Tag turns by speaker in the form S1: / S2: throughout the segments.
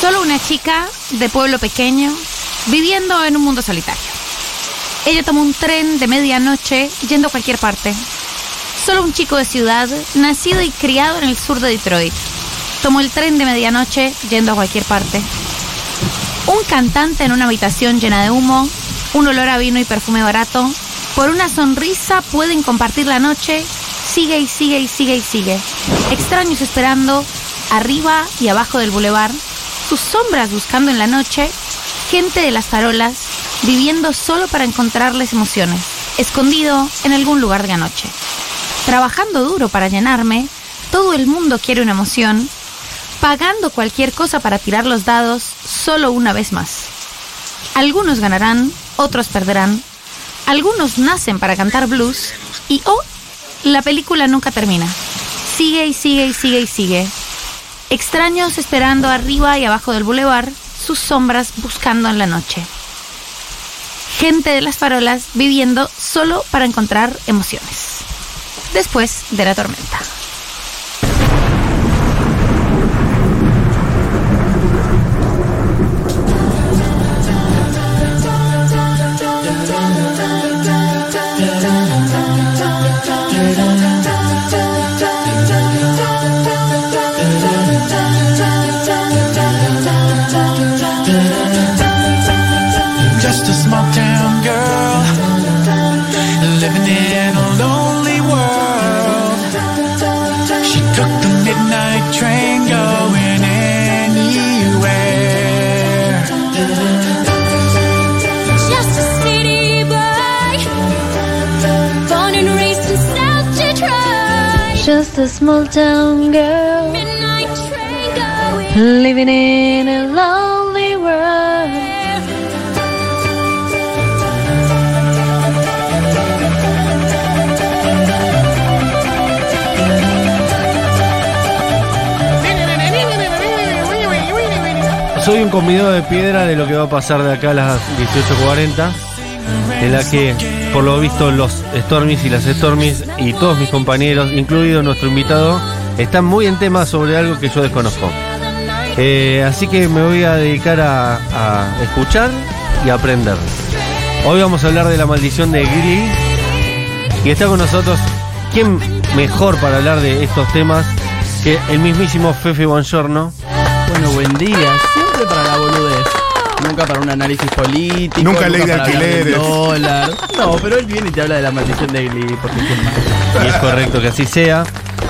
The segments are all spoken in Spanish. S1: Solo una chica de pueblo pequeño viviendo en un mundo solitario. Ella tomó un tren de medianoche yendo a cualquier parte. Solo un chico de ciudad, nacido y criado en el sur de Detroit, tomó el tren de medianoche yendo a cualquier parte. Un cantante en una habitación llena de humo, un olor a vino y perfume barato, por una sonrisa pueden compartir la noche, sigue y sigue y sigue y sigue. Extraños esperando, arriba y abajo del bulevar, sus sombras buscando en la noche, gente de las farolas, viviendo solo para encontrarles emociones, escondido en algún lugar de la noche. Trabajando duro para llenarme, todo el mundo quiere una emoción, pagando cualquier cosa para tirar los dados solo una vez más. Algunos ganarán, otros perderán, algunos nacen para cantar blues y oh, la película nunca termina. Sigue y sigue y sigue y sigue. Extraños esperando arriba y abajo del bulevar, sus sombras buscando en la noche. Gente de las farolas viviendo solo para encontrar emociones. Después de la tormenta.
S2: Just a small town girl living in a lonely world. She took the midnight train going anywhere.
S3: Just a city boy, born and raised in South Detroit.
S4: Just a small town girl
S3: Midnight train going
S4: living in a lonely world.
S3: there.
S5: Soy un comido de piedra de lo que va a pasar de acá a las 18.40, en la que, por lo visto, los Stormies y las Stormies y todos mis compañeros, incluido nuestro invitado, están muy en tema sobre algo que yo desconozco. Eh, así que me voy a dedicar a, a escuchar y a aprender. Hoy vamos a hablar de la maldición de Glee y está con nosotros, ¿quién mejor para hablar de estos temas que el mismísimo Fefe Buongiorno?
S6: Bueno, buen día. Siempre para la boludez. Nunca para un análisis político.
S7: Nunca ley de
S6: para hablar del
S7: alquileres.
S6: dólar. No, pero él viene y te habla de la maldición de Glee. Porque ¿quién más?
S5: Y es correcto que así sea.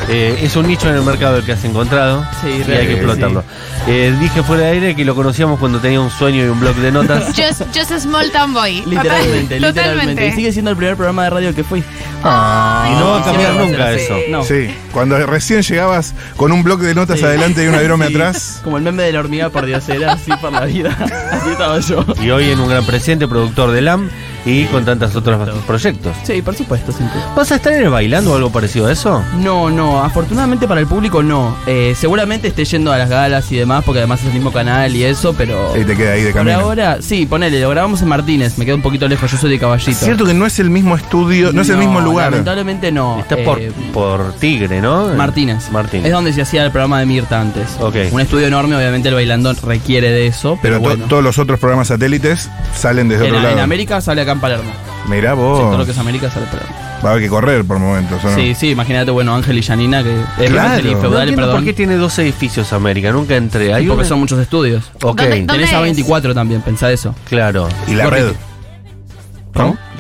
S5: Eh, es un nicho en el mercado el que has encontrado
S6: Sí,
S5: y hay
S6: realmente,
S5: que explotarlo. Eh, dije fuera de aire que lo conocíamos cuando tenía un sueño y un blog de notas.
S8: Just, just a small town boy.
S6: literalmente,
S8: Total-
S6: literalmente. Y
S8: Totalmente.
S6: sigue siendo el primer programa de radio que fui. Ah,
S5: y no va a cambiar nunca eso.
S6: No.
S7: Sí, cuando recién llegabas con un bloque de notas
S6: Oh. Sí.
S7: adelante y un aerome
S6: Sí.
S7: atrás.
S6: Como el meme de la hormiga por Dios era así por la vida. Así estaba yo.
S5: Y hoy en un gran presente, productor de LAM y con tantos otros proyectos.
S6: Sí, por supuesto, siempre.
S5: ¿Vas a estar en el bailando o algo parecido a eso?
S6: No, no, afortunadamente para el público no. Eh, seguramente esté yendo a las galas y demás, porque además es el mismo canal y eso, pero.
S7: Y te queda ahí de
S6: Por
S7: camino.
S6: ahora, sí, ponele, lo grabamos en Martínez, me queda un poquito lejos, yo soy de caballito.
S7: Es cierto que no es el mismo estudio, no, es el mismo lugar.
S6: Lamentablemente no.
S5: Está
S6: Eh,
S5: por, por Tigre, ¿no?
S6: Martínez.
S5: Martínez.
S6: Es donde se hacía el programa de Mirta antes.
S5: Ok.
S6: Un estudio enorme, obviamente el bailandón requiere de eso,
S7: Pero
S6: pero,
S7: to-
S6: bueno.
S7: todos los otros programas satélites salen desde
S6: en,
S7: otro
S6: en
S7: lado. Oh.
S6: América sale acá en Palermo.
S7: Mirá
S6: Sí, todo lo
S7: vos.
S6: que es América sale en Palermo.
S7: Va a haber que correr por momentos. ¿o no?
S6: Sí, sí, imagínate, bueno, Ángel y Janina, que es
S7: Ah. Claro.
S6: Ángel y
S7: No
S5: No
S6: Feudal,
S5: entiendo
S6: perdón.
S5: por qué tiene dos edificios América, nunca entré. Hay
S6: porque
S5: una-
S6: son muchos estudios.
S5: Ok,
S8: ¿Dónde- dónde-
S6: Tenés a
S8: es?
S6: 24 también, pensá eso.
S5: claro.
S7: Y la
S6: Correcto.
S7: red.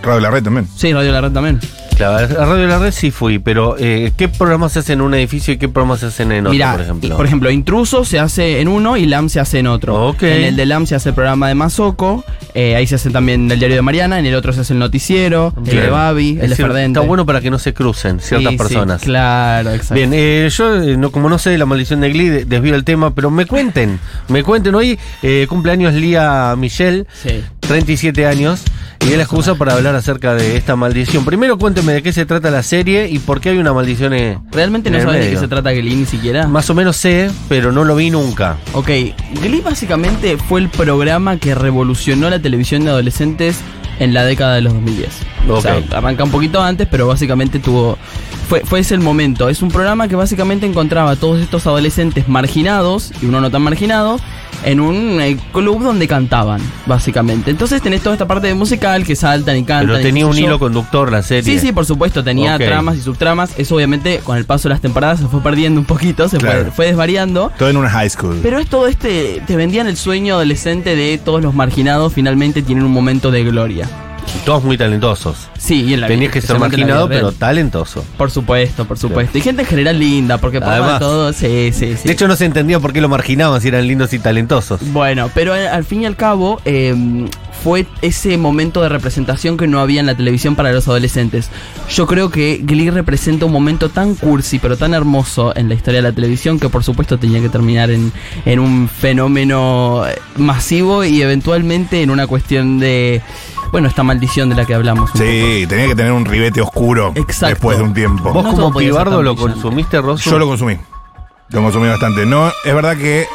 S7: Radio La Red también.
S6: Sí, Radio La Red también.
S5: Claro, a Radio La Red sí fui, pero eh, ¿qué programas se hacen en un edificio y qué programas se hacen en otro,
S6: Mirá,
S5: por ejemplo?
S6: por ejemplo, Intruso se hace en uno y LAM se hace en otro.
S5: Ok.
S6: En el de LAM se hace el programa de Mazoco, eh, ahí se hace también el diario de Mariana, en el otro se hace el noticiero, el
S5: Bien.
S6: de Babi,
S5: Es
S6: el de
S5: decir,
S6: Ferdente.
S5: Está bueno para que no se crucen ciertas
S6: Sí, sí,
S5: personas.
S6: claro, exacto.
S5: Bien, eh, yo eh, no, como no sé de la maldición de Glee, de- desvío el tema, pero me cuenten, me cuenten. Hoy eh, cumpleaños Lía Michelle,
S6: Sí.
S5: 37 años, y es la excusa para hablar acerca de esta maldición. Primero cuéntenme de qué se trata la serie y por qué hay una maldición. eh,
S6: Realmente
S5: en
S6: no
S5: el
S6: sabes de qué
S5: medio.
S6: se trata Glee ni siquiera.
S5: Más o menos sé, pero no lo vi nunca.
S6: Ok, Glee básicamente fue el programa que revolucionó la televisión de adolescentes en la década de los 2010.
S5: Ok.
S6: O sea, arranca un poquito antes, pero básicamente tuvo. Fue, fue ese el momento. Es un programa que básicamente encontraba a todos estos adolescentes marginados, y uno no tan marginado, en un eh, club donde cantaban, básicamente. Entonces tenés toda esta parte de musical que saltan y cantan.
S5: Pero
S6: y
S5: tenía
S6: qué
S5: un
S6: sé yo.
S5: hilo conductor la serie.
S6: Sí, sí, por supuesto, tenía
S5: Ok.
S6: tramas y subtramas. Eso obviamente con el paso de las temporadas se fue perdiendo un poquito, se
S7: Claro.
S6: fue, fue desvariando.
S7: Todo en una high school.
S6: Pero es todo este, te vendían el sueño adolescente de todos los marginados finalmente tienen un momento de gloria.
S5: Todos muy talentosos.
S6: Sí, y en la
S5: Tenías
S6: vida,
S5: que ser
S6: especialmente en la
S5: marginado,
S6: vida
S5: pero
S6: real.
S5: talentoso.
S6: Por supuesto, por supuesto. Y gente en general linda, porque por
S5: Además.
S6: todo, sí, sí, sí.
S5: De hecho, no se entendía por qué lo marginaban si eran lindos y talentosos.
S6: Bueno, pero eh, al fin y al cabo eh, fue ese momento de representación que no había en la televisión para los adolescentes. Yo creo que Glee representa un momento tan cursi pero tan hermoso en la historia de la televisión que por supuesto tenía que terminar en, en un fenómeno eh, masivo y eventualmente en una cuestión de, bueno, esta maldición de la que hablamos. un
S7: Sí, tenía que tener un ribete oscuro
S6: Exacto.
S7: después de un tiempo.
S5: ¿Vos
S6: No todo
S5: como
S6: podía ser
S5: pibardo
S6: tan
S5: lo
S6: brillante.
S5: consumiste, Rosso?
S7: Yo lo consumí. Lo consumí bastante. No, es verdad que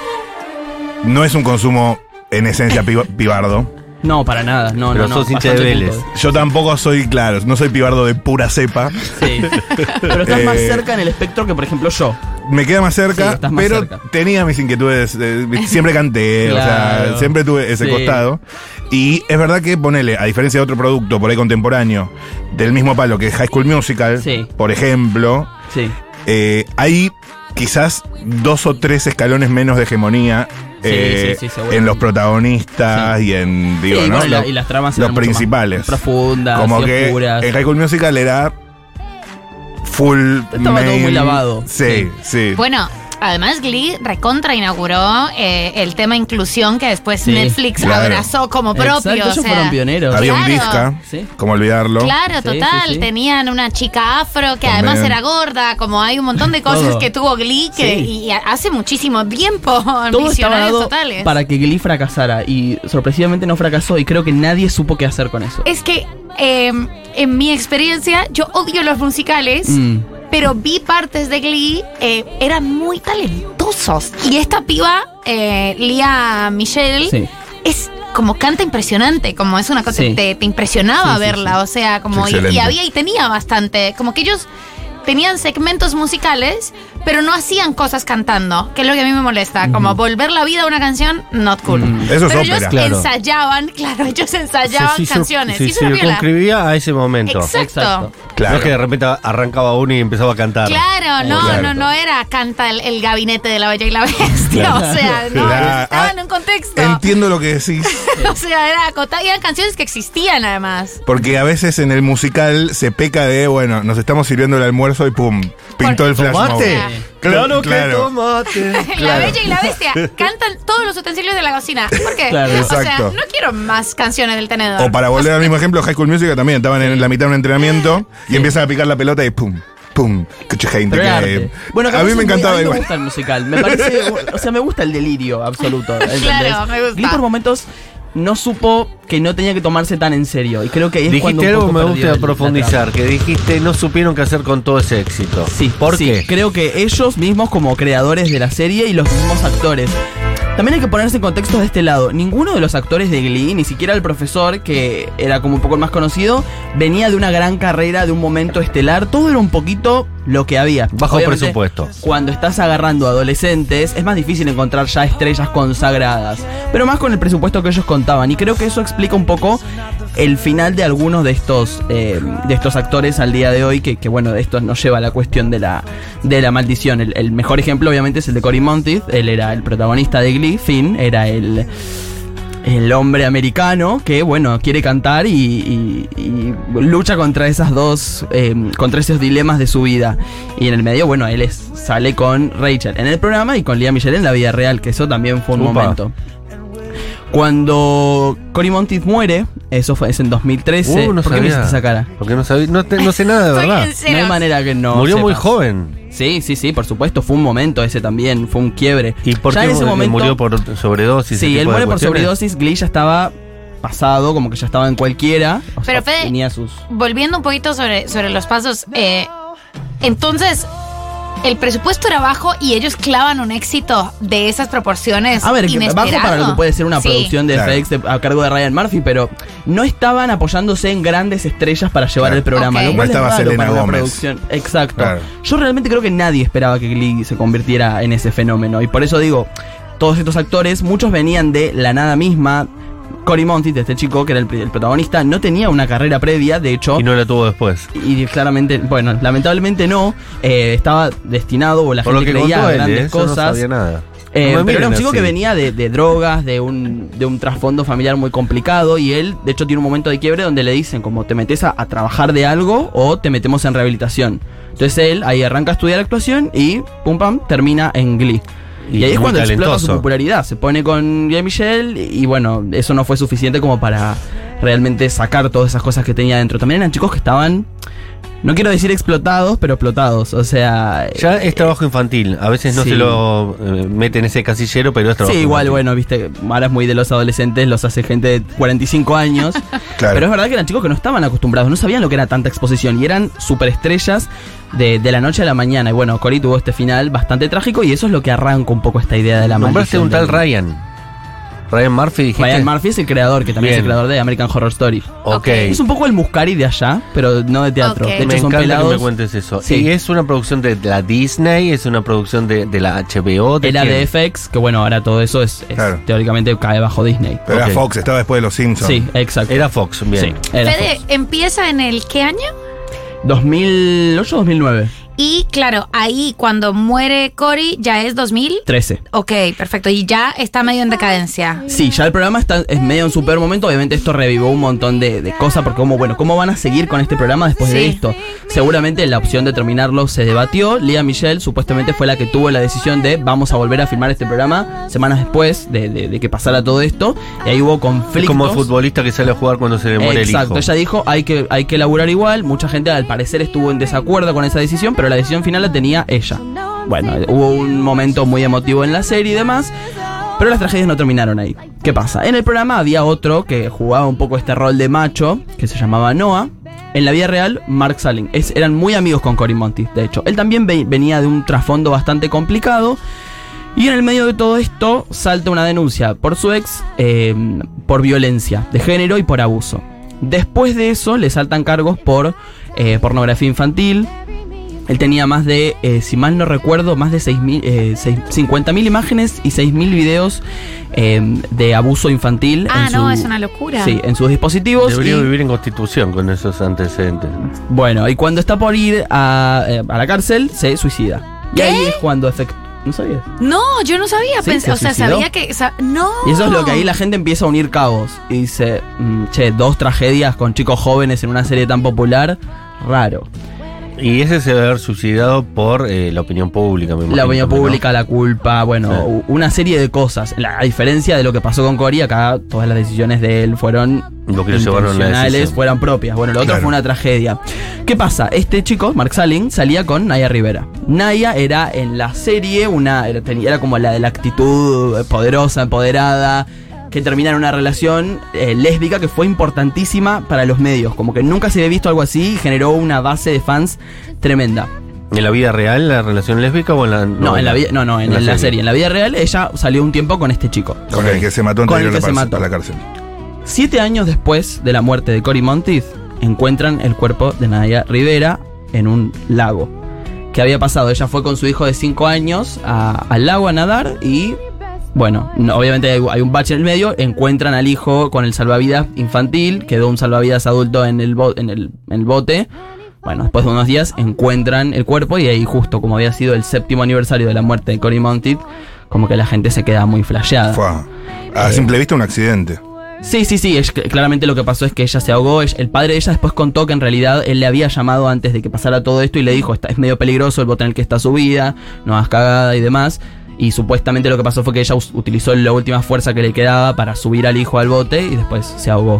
S7: no es un consumo en esencia piba- pibardo.
S6: poco. No, para nada, no,
S5: Pero
S6: no, no.
S5: sos hincha
S6: bastante
S5: de Vélez.
S6: punto.
S7: Yo tampoco soy, claro, no soy pibardo de pura cepa.
S6: Sí. Pero estás más
S7: Eh,
S6: cerca en el espectro que, por ejemplo, yo.
S7: Me queda más cerca,
S6: Sí, estás más
S7: pero
S6: cerca.
S7: tenía mis inquietudes. eh, siempre canté, o sea,
S6: Claro.
S7: siempre tuve ese
S6: Sí.
S7: costado. Y es verdad que, ponele, a diferencia de otro producto por ahí contemporáneo, del mismo palo que High School Musical,
S6: Sí.
S7: por ejemplo,
S6: Sí.
S7: eh, hay quizás dos o tres escalones menos de hegemonía
S6: Sí,
S7: eh,
S6: sí, sí, seguro.
S7: en los protagonistas y en digo,
S6: Sí,
S7: ¿no?
S6: bueno, y la-
S7: Lo-
S6: y las tramas
S7: los
S6: eran mucho más
S7: principales.
S6: profundas,
S7: Como
S6: y
S7: que
S6: oscuras.
S7: en High School Musical era full
S6: Estaba todo
S7: male.
S6: muy lavado.
S7: Sí, sí.
S1: Bueno, además Glee recontra inauguró eh, el tema inclusión que después
S6: Sí.
S1: Netflix
S7: Claro.
S1: abrazó como propio.
S6: Exacto,
S1: o
S6: ellos
S1: sea,
S6: fueron pioneros.
S7: Había un
S1: claro.
S7: disca,
S6: Sí.
S7: como olvidarlo.
S1: Claro,
S6: Sí, sí,
S1: total.
S6: sí.
S1: Tenían una chica afro que además
S7: También.
S1: era gorda, como hay un montón de cosas
S6: Todo.
S1: que tuvo Glee que,
S6: Sí.
S1: y hace muchísimo tiempo.
S6: Todo estaba
S1: visionarios
S6: dado
S1: totales.
S6: para que Glee fracasara y sorpresivamente no fracasó y creo que nadie supo qué hacer con eso.
S1: Es que eh, en mi experiencia yo odio los musicales.
S6: Mm.
S1: Pero vi partes de Glee, eh, eran muy talentosos. Y esta piba, eh, Lia Michelle,
S6: Sí.
S1: es como canta impresionante, como es una cosa
S6: Sí.
S1: que te, te impresionaba
S6: Sí, sí,
S1: verla,
S6: sí.
S1: o sea, como y,
S7: Excelente.
S1: y había y tenía bastante, como que ellos tenían segmentos musicales, pero no hacían cosas cantando, que es lo que a mí me molesta, como volver la vida a una canción, not cool.
S6: Mm.
S7: Eso es
S1: pero
S7: ópera.
S1: ellos
S5: Claro.
S1: ensayaban, claro, ellos ensayaban
S5: se,
S1: canciones.
S5: Se,
S1: y es una piola.
S5: circunscribía a ese momento.
S1: Exacto.
S6: Exacto.
S5: No es que de repente arrancaba uno y empezaba a cantar.
S1: Claro, no,
S7: Claro.
S1: no, no era canta el, el gabinete de la bella y la bestia. O sea, no,
S7: Claro.
S1: estaba
S7: Ah,
S1: en un contexto.
S7: Entiendo lo que decís.
S1: O sea, era acotada. Y eran canciones que existían además.
S7: Porque a veces en el musical se peca de, bueno, nos estamos sirviendo el almuerzo y pum, pintó el flash mob.
S5: ¿Tomate?
S1: Claro.
S7: Claro,
S5: tomate.
S1: La bella y la bestia cantan todos los utensilios de la cocina. ¿Por qué?
S6: Claro.
S1: o sea,
S7: Exacto.
S1: no quiero más canciones del tenedor.
S7: O para volver al mismo ejemplo, High School Music también estaban en la mitad de un entrenamiento y empiezan a picar la pelota y pum, pum, cucho gente
S6: Pero era
S7: que-
S6: arte. Bueno,
S7: a
S6: capaz
S7: mí
S6: es
S7: me
S6: muy-
S7: encantaba
S6: a mí me
S7: igual.
S6: gusta el musical. Me parece, o sea, me gusta el delirio absoluto. ¿entendés?
S1: Claro, me gusta.
S6: Glee por momentos no supo que no tenía que tomarse tan en serio y creo que es cuando
S5: Dijiste
S6: un
S5: algo que
S6: poco
S5: me
S6: perdió
S5: gusta
S6: el- la
S5: profundizar, que dijiste no supieron qué hacer con todo ese éxito.
S6: Sí,
S5: ¿Por
S6: sí,
S5: qué?
S6: Creo que ellos mismos como creadores de la serie y los mismos actores. También hay que ponerse en contexto de este lado. Ninguno de los actores de Glee, ni siquiera el profesor, que era como un poco el más conocido, venía de una gran carrera, de un momento estelar. Todo era un poquito lo que había.
S5: Bajo presupuesto.
S6: Cuando estás agarrando adolescentes, es más difícil encontrar ya estrellas consagradas. Pero más con el presupuesto que ellos contaban. Y creo que eso explica un poco el final de algunos de estos, eh, de estos actores al día de hoy. Que, que, bueno, esto nos lleva a la cuestión de la, de la maldición. El, el mejor ejemplo, obviamente, es el de Cory Monteith. Él era el protagonista de Glee. Finn era el. El hombre americano que, bueno, quiere cantar y, y- y lucha contra esas dos, eh, contra esos dilemas de su vida. Y en el medio, bueno, él es- sale con Rachel en el programa y con Lía Michelle en la vida real, que eso también fue un
S5: Upa.
S6: momento. Cuando Cory Monteith muere, eso fue es en 2013.
S5: Uh, no
S6: ¿Por qué
S5: sabía.
S6: me hiciste esa cara?
S5: Porque no sabía, no, te- no sé nada de
S1: Soy
S5: verdad.
S1: en
S6: No hay
S1: ceros.
S6: manera que no.
S5: Murió muy
S6: sepas.
S5: joven.
S6: Sí, sí, sí, por supuesto, fue un momento ese también, fue un quiebre.
S5: ¿Y por
S6: Ya
S5: qué
S6: en ese
S5: mu- eh,
S6: momento-
S5: murió por sobredosis?
S6: Sí,
S5: ese tipo
S6: él
S5: de
S6: muere por
S5: cuestiones?
S6: sobredosis, Glee ya estaba pasado, como que ya estaba en cualquiera. O
S1: Pero
S6: sea,
S1: Fede-
S6: tenía sus.
S1: Volviendo un poquito sobre, sobre los pasos. eh, entonces, el presupuesto era bajo y ellos clavan un éxito de esas proporciones.
S6: A ver, que-
S1: inesperado.
S6: bajo para lo que puede ser una
S1: Sí.
S6: producción de
S7: Claro.
S6: FX de- a cargo de Ryan Murphy, pero no estaban apoyándose en grandes estrellas para llevar
S7: Claro.
S6: el programa.
S1: Ok.
S6: Lo cual
S7: No estaba
S6: es raro
S7: Selena
S6: para una
S7: Gómez.
S6: producción. Exacto.
S7: Claro.
S6: Yo realmente creo que nadie esperaba que Glee se convirtiera en ese fenómeno. Y por eso digo, todos estos actores, muchos venían de la nada misma. Cory Monty, de este chico que era el, pri- el protagonista, no tenía una carrera previa, de hecho.
S5: Y no la tuvo después.
S6: Y claramente, bueno, lamentablemente no, eh, estaba destinado o la
S5: Por lo
S6: gente
S5: que
S6: creía
S5: contó
S6: a
S5: él,
S6: grandes
S5: ¿eh? Yo
S6: cosas.
S5: no sabía nada.
S6: Eh,
S5: No me
S6: pero era
S5: miren
S6: un chico
S5: así.
S6: que venía de, de drogas, de un, de un trasfondo familiar muy complicado y él, de hecho, tiene un momento de quiebre donde le dicen como te metes a, a trabajar de algo o te metemos en rehabilitación. Entonces él ahí arranca a estudiar actuación y pum pam, termina en Glee. Y,
S5: Y
S6: ahí es
S5: muy
S6: cuando explota su
S5: talentoso.
S6: popularidad. Se pone con Gay Michelle y, y bueno, eso no fue suficiente como para realmente sacar todas esas cosas que tenía dentro. También eran chicos que estaban, no quiero decir explotados, pero explotados. O sea,
S5: Ya es trabajo infantil. A veces no
S6: eh, Sí.
S5: se lo eh, mete en ese casillero, pero es trabajo
S6: Sí, igual,
S5: infantil.
S6: bueno, viste, ahora es muy de los adolescentes, los hace gente de 45 años.
S7: Claro.
S6: Pero es verdad que eran chicos que no estaban acostumbrados, no sabían lo que era tanta exposición y eran superestrellas de, de la noche a la mañana. Y bueno, Cory tuvo este final bastante trágico y eso es lo que arranca un poco esta idea de la
S5: Nombraste
S6: maldición
S5: un tal
S6: de-
S5: Ryan. Ryan Murphy, dijiste.
S6: Ryan Murphy es el creador, que también es el
S5: Bien.
S6: creador de American Horror Story.
S5: Ok.
S6: Es un poco el Muscari de allá, pero no de teatro.
S1: Ok.
S6: De hecho,
S5: me
S6: son
S5: encanta
S6: pelados.
S5: que me cuentes eso.
S6: Sí.
S5: ¿Y es una producción de la Disney? ¿Es una producción de, de la HBO? ¿De
S6: Era
S5: quién?
S6: de FX, que bueno, ahora todo eso es, es-
S7: Claro.
S6: teóricamente cae bajo Disney.
S7: Pero
S5: Ok.
S7: era Fox, estaba después de los Simpsons.
S6: Sí, exacto.
S5: Era Fox, bien.
S6: Sí, era
S1: Fede,
S6: Fox.
S1: empieza en el qué año?
S6: 2008 2009.
S1: Y claro, ahí cuando muere Cory ya es 2000.
S6: 13.
S1: Ok, perfecto. Y ya está medio en decadencia.
S6: Sí, ya el programa está, es medio en super momento. Obviamente esto revivó un montón de, de cosas porque como, bueno, ¿cómo van a seguir con este programa después de
S1: Sí.
S6: esto? Seguramente la opción de terminarlo se debatió. Lea Michelle supuestamente fue la que tuvo la decisión de vamos a volver a filmar este programa semanas después de, de- de que pasara todo esto. Y ahí hubo
S5: Es
S6: conflictos.
S5: como el futbolista que sale a jugar cuando se le muere
S6: Exacto,
S5: el hijo.
S6: ella dijo hay que, hay que laburar igual. Mucha gente al parecer estuvo en desacuerdo con esa decisión, pero la decisión final la tenía ella. Bueno, eh, hubo un momento muy emotivo en la serie y demás, pero las tragedias no terminaron ahí. ¿Qué pasa? En el programa había otro que jugaba un poco este rol de macho, que se llamaba Noah. En la vida real, Mark Salling. Es- eran muy amigos con Cory Monty, de hecho. Él también ve- venía de un trasfondo bastante complicado. Y en el medio de todo esto salta una denuncia por su ex eh, por violencia de género y por abuso. Después de eso le saltan cargos por eh, pornografía infantil. Él tenía más de, eh, si mal no recuerdo, más de 6.000, eh, seis- 50.000 imágenes y 6.000 videos eh, de abuso infantil.
S1: Ah,
S6: en
S1: no,
S6: su-
S1: es una locura.
S6: Sí, en sus dispositivos.
S5: Debería
S6: y-
S5: vivir en constitución con esos antecedentes.
S6: bueno, y cuando está por ir a, eh, a la cárcel, se suicida. Y ahí es cuando efectúa. ¿No sabías?
S1: No, yo no sabía.
S6: Sí,
S1: pensé-
S6: se
S1: o sea,
S6: suicidó.
S1: sabía que. sa- no.
S6: Y eso es lo que ahí la gente empieza a unir cabos. Y dice, mm, che, dos tragedias con chicos jóvenes en una serie tan popular, raro.
S5: Y ese se debe haber suicidado por eh, la opinión pública, me imagino,
S6: La opinión
S5: ¿no?
S6: pública, la culpa, bueno,
S5: Sí.
S6: u- una serie de cosas. La, a diferencia de lo que pasó con Cory, acá todas las decisiones de él fueron
S5: Lo que le llevaron la
S6: intencionales,
S5: decisión.
S6: fueran propias. Bueno, lo otro
S7: Claro.
S6: fue una tragedia. ¿Qué pasa? Este chico, Mark Salling, salía con Naya Rivera. Naya era en la serie una. Era, tenía- era como la de la actitud eh, poderosa, empoderada. Que termina en una relación eh, lésbica que fue importantísima para los medios. Como que nunca se había visto algo así y generó una base de fans tremenda.
S5: ¿En la vida real la relación lésbica o en la
S6: No, en la vida, no, no, en, la, serie. En la vida real ella salió un tiempo con este chico.
S7: Con el que se mató
S6: Con el
S7: anterior a la,
S6: que se
S7: cárcel-
S6: mató.
S7: a la cárcel.
S6: Siete años después de la muerte de Cory Monteith, encuentran el cuerpo de Nadia Rivera en un lago. ¿Qué había pasado? Ella fue con su hijo de cinco años a- al lago a nadar y. Bueno, no, obviamente hay, hay un bache en el medio. Encuentran al hijo con el salvavidas infantil. Quedó un salvavidas adulto en el, bo- en el, en el bote. Bueno, después de unos días encuentran el cuerpo y ahí justo como había sido el séptimo aniversario de la muerte de Cory Monteith, como que la gente se queda muy flasheada.
S7: Fue a-
S6: Eh,
S7: a simple vista un accidente.
S6: Sí, sí, sí, es que claramente lo que pasó es que ella se ahogó, es- el padre de ella después contó que en realidad él le había llamado antes de que pasara todo esto y le dijo, "Está- es medio peligroso el bote en el que está subida, no hagas cagada y demás. Y supuestamente lo que pasó fue que ella us- utilizó la última fuerza que le quedaba para subir al hijo al bote y después se ahogó.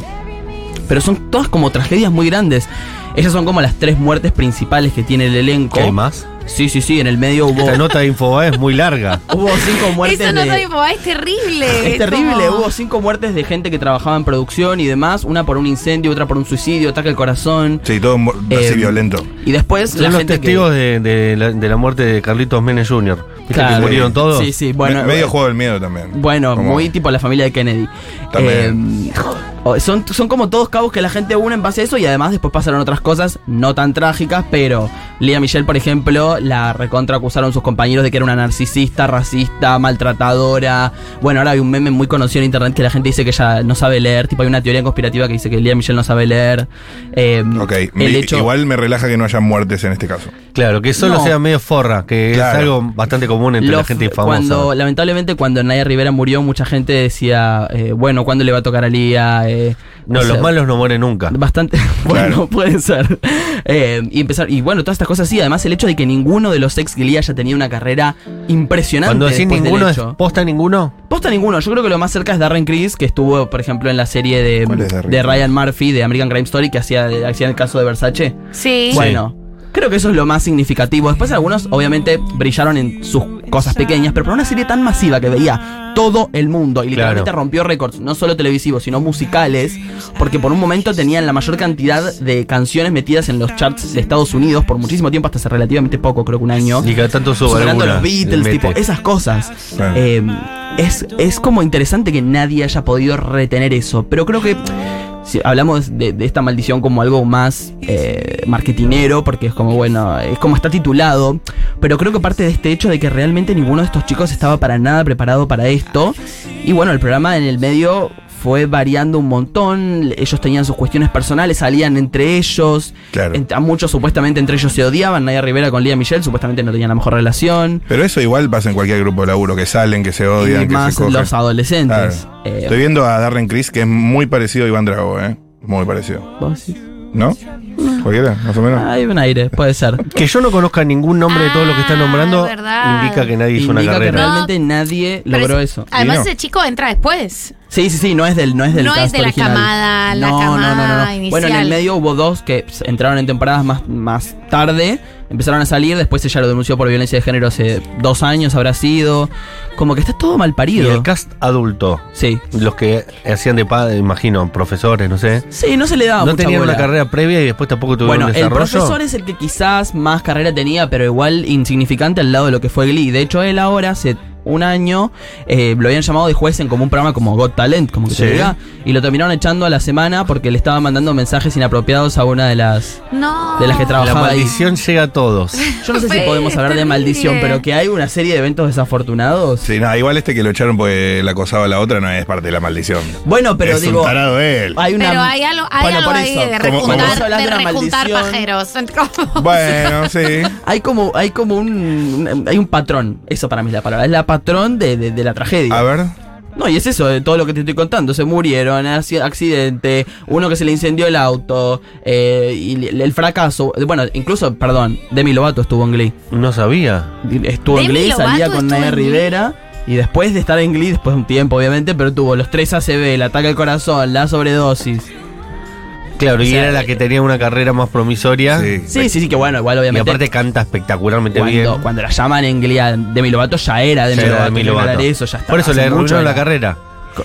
S6: Pero son todas como tragedias muy grandes. Esas son como las tres muertes principales que tiene el elenco.
S5: ¿Qué hay más?
S6: Sí, sí, sí, en el medio hubo,
S5: Esta nota de Infobae es muy larga.
S6: hubo cinco muertes
S1: Eso no
S6: de-
S1: soy es terrible.
S6: Es terrible,
S1: como-
S6: hubo cinco muertes de gente que trabajaba en producción y demás, una por un incendio, otra por un suicidio, ataque al corazón.
S7: Sí, todo mu- así
S6: Eh,
S7: violento.
S6: Y después la
S5: Son los
S6: gente que-
S5: testigos de, de la, de la muerte de Carlitos Menes Jr. ¿Viste
S6: Claro.
S5: que murieron todos?
S6: Sí, sí, bueno.
S7: Me- medio
S6: eh,
S7: juego del miedo también.
S6: Bueno,
S7: Como-
S6: muy tipo la familia de Kennedy.
S7: También.
S6: Eh, o- son, son como todos cabos que la gente une en base a eso y además después pasaron otras cosas no tan trágicas, pero Lea Michelle, por ejemplo, la recontra acusaron sus compañeros de que era una narcisista, racista, maltratadora. Bueno, ahora hay un meme muy conocido en internet que la gente dice que ella no sabe leer, tipo hay una teoría conspirativa que dice que Lea Michelle no sabe leer. Eh,
S7: Ok, me-
S6: el hecho,
S7: igual me relaja que no haya muertes en este caso.
S5: Claro, que solo
S6: No.
S5: sea medio forra, que
S7: Claro.
S5: es algo bastante común entre
S6: Lo
S5: la gente
S6: f-
S5: famosa.
S6: Cuando, lamentablemente, cuando Naya Rivera murió, mucha gente decía, eh, bueno, ¿cuándo le va a tocar a Lía? Eh,
S5: no,
S6: o
S5: los
S6: sea,
S5: malos no mueren nunca.
S6: Bastante. Bueno,
S7: Claro.
S6: puede ser. Eh, y empezar. Y bueno, todas estas cosas sí. Además, el hecho de que ninguno de los ex Glee haya tenido una carrera impresionante.
S5: Cuando decís
S6: después del
S5: ninguno, es
S6: hecho.
S5: posta ninguno.
S6: Posta ninguno. Yo creo que lo más cerca es Darren Criss, que estuvo, por ejemplo, en la serie de,
S7: ¿Cuál es Darren
S6: de
S7: Criss?
S6: Ryan Murphy, de American Crime Story, que hacía, hacía el caso de Versace.
S1: Sí.
S6: Bueno, creo que eso es lo más significativo. Después algunos obviamente brillaron en sus cosas pequeñas, pero por una serie tan masiva que veía todo el mundo y literalmente
S5: Claro.
S6: rompió récords, no solo televisivos, sino musicales, porque por un momento tenían la mayor cantidad de canciones metidas en los charts de Estados Unidos por muchísimo tiempo, hasta hace relativamente poco, creo que un año.
S5: Y cada tanto sube
S6: Superando
S5: alguna.
S6: a los Beatles,
S5: le
S6: tipo,
S5: mete.
S6: esas cosas.
S7: Claro.
S6: Eh, es, es como interesante que nadie haya podido retener eso. Pero creo que si hablamos de, de esta maldición como algo más eh, marketinero, porque es como, bueno, es como está titulado. Pero creo que parte de este hecho de que realmente ninguno de estos chicos estaba para nada preparado para esto. Y bueno, el programa en el medio fue variando un montón. Ellos tenían sus cuestiones personales, salían entre ellos.
S7: Claro.
S6: Ent- a muchos supuestamente entre ellos se odiaban. Nadia Rivera con Lía Michelle supuestamente no tenían la mejor relación.
S7: Pero eso igual pasa en cualquier grupo de laburo, que salen, que se odian,
S6: y
S7: que
S6: más
S7: se cogen.
S6: los adolescentes.
S7: Claro.
S6: Eh,
S7: Estoy viendo a Darren Criss, que es muy parecido a Iván Drago, ¿eh? Muy parecido.
S6: vos decís,
S7: ¿No? ¿Cualquiera? Más o
S6: "Ah,
S7: menos.
S6: Hay un aire, puede ser.
S5: Que yo no conozca ningún nombre de todo lo que está
S1: Ah,
S5: nombrando,
S1: verdad.
S5: indica que nadie hizo una
S6: Indica que
S5: carrera.
S6: realmente nadie
S1: Pero
S6: logró
S1: es-
S6: eso.
S1: Además,
S7: Y no.
S1: ese chico entra después.
S6: Sí, sí, sí, no es del No es, del
S1: No es
S6: cast
S1: de la
S6: original.
S1: camada, la
S6: no,
S1: camada
S6: no, no, no, no. Bueno, en
S1: inicial.
S6: el medio hubo dos que ps, entraron en temporadas más, más tarde, empezaron a salir, después ella lo denunció por violencia de género hace dos años, habrá sido. Como que está todo mal
S5: Y
S6: parido.
S5: el cast adulto,
S6: Sí.
S5: los que hacían de padre, imagino, profesores, no sé.
S6: Sí, no se le daba
S5: no
S6: Ah, mucha
S5: tenían
S6: bola.
S5: una carrera previa y después tampoco tuvieron
S6: Bueno,
S5: un
S6: el
S5: desarrollo.
S6: profesor es el que quizás más carrera tenía, pero igual insignificante al lado de lo que fue Glee. De hecho, él ahora hace un año eh, lo habían llamado de juez en como un programa como Got Talent, como que se
S5: Sí.
S6: diga, y lo terminaron echando a la semana porque le estaba mandando mensajes inapropiados a una de las
S1: No.
S6: de las que
S5: la
S6: trabajaba ahí.
S5: maldición llega a todos.
S6: Yo no sé si
S1: Fue
S6: podemos hablar de
S1: terrible.
S6: maldición, pero que hay una serie de eventos desafortunados.
S7: Sí, nada, igual este que lo echaron porque la acosaba a la otra no es parte de la maldición.
S6: Bueno, pero
S7: es
S6: digo,
S7: un tarado él.
S6: hay una
S1: Pero hay algo, hay
S6: Bueno,
S1: algo
S6: por
S1: ahí
S6: eso.
S1: de
S7: Como- como-
S1: rejuntar,
S6: Hablas de
S1: de
S6: una
S1: rejuntar pajeros.
S6: maldición.
S1: Como-
S7: Bueno, sí.
S6: Hay como, hay como un, un- hay un patrón. Eso para mí es la palabra. Es la patrón de, de- de la tragedia.
S7: A ver.
S6: No, y es eso, de todo lo que te estoy contando. Se murieron, haci- accidente, uno que se le incendió el auto, eh, y le- el fracaso. Bueno, incluso, perdón, Demi Lovato estuvo en Glee.
S5: No sabía.
S6: Estuvo en
S1: Demi
S6: Glee, salía
S1: Lovato
S6: con
S1: estuvo
S6: Naya
S1: en Glee.
S6: Rivera. Y después de estar en Glee, después de un tiempo, obviamente, pero tuvo los tres ACV, el ataque al corazón, la sobredosis.
S5: Claro, y
S6: sea,
S5: era la que tenía una carrera más
S6: Ah,
S5: promisoria.
S7: Sí.
S6: Sí, sí, sí, que bueno, igual,
S5: Y
S6: obviamente.
S5: aparte canta espectacularmente
S6: cuando,
S5: bien.
S6: cuando la llaman en Glee a Demi Lovato, ya era Demi
S5: Ya era
S6: Lovato.
S5: Demi
S6: tiene que
S5: Lovato.
S6: aclarar Eso, ya está,
S5: Por eso
S6: hace
S5: le
S6: mucho
S5: arruinó
S6: que
S5: la
S6: no-
S5: carrera.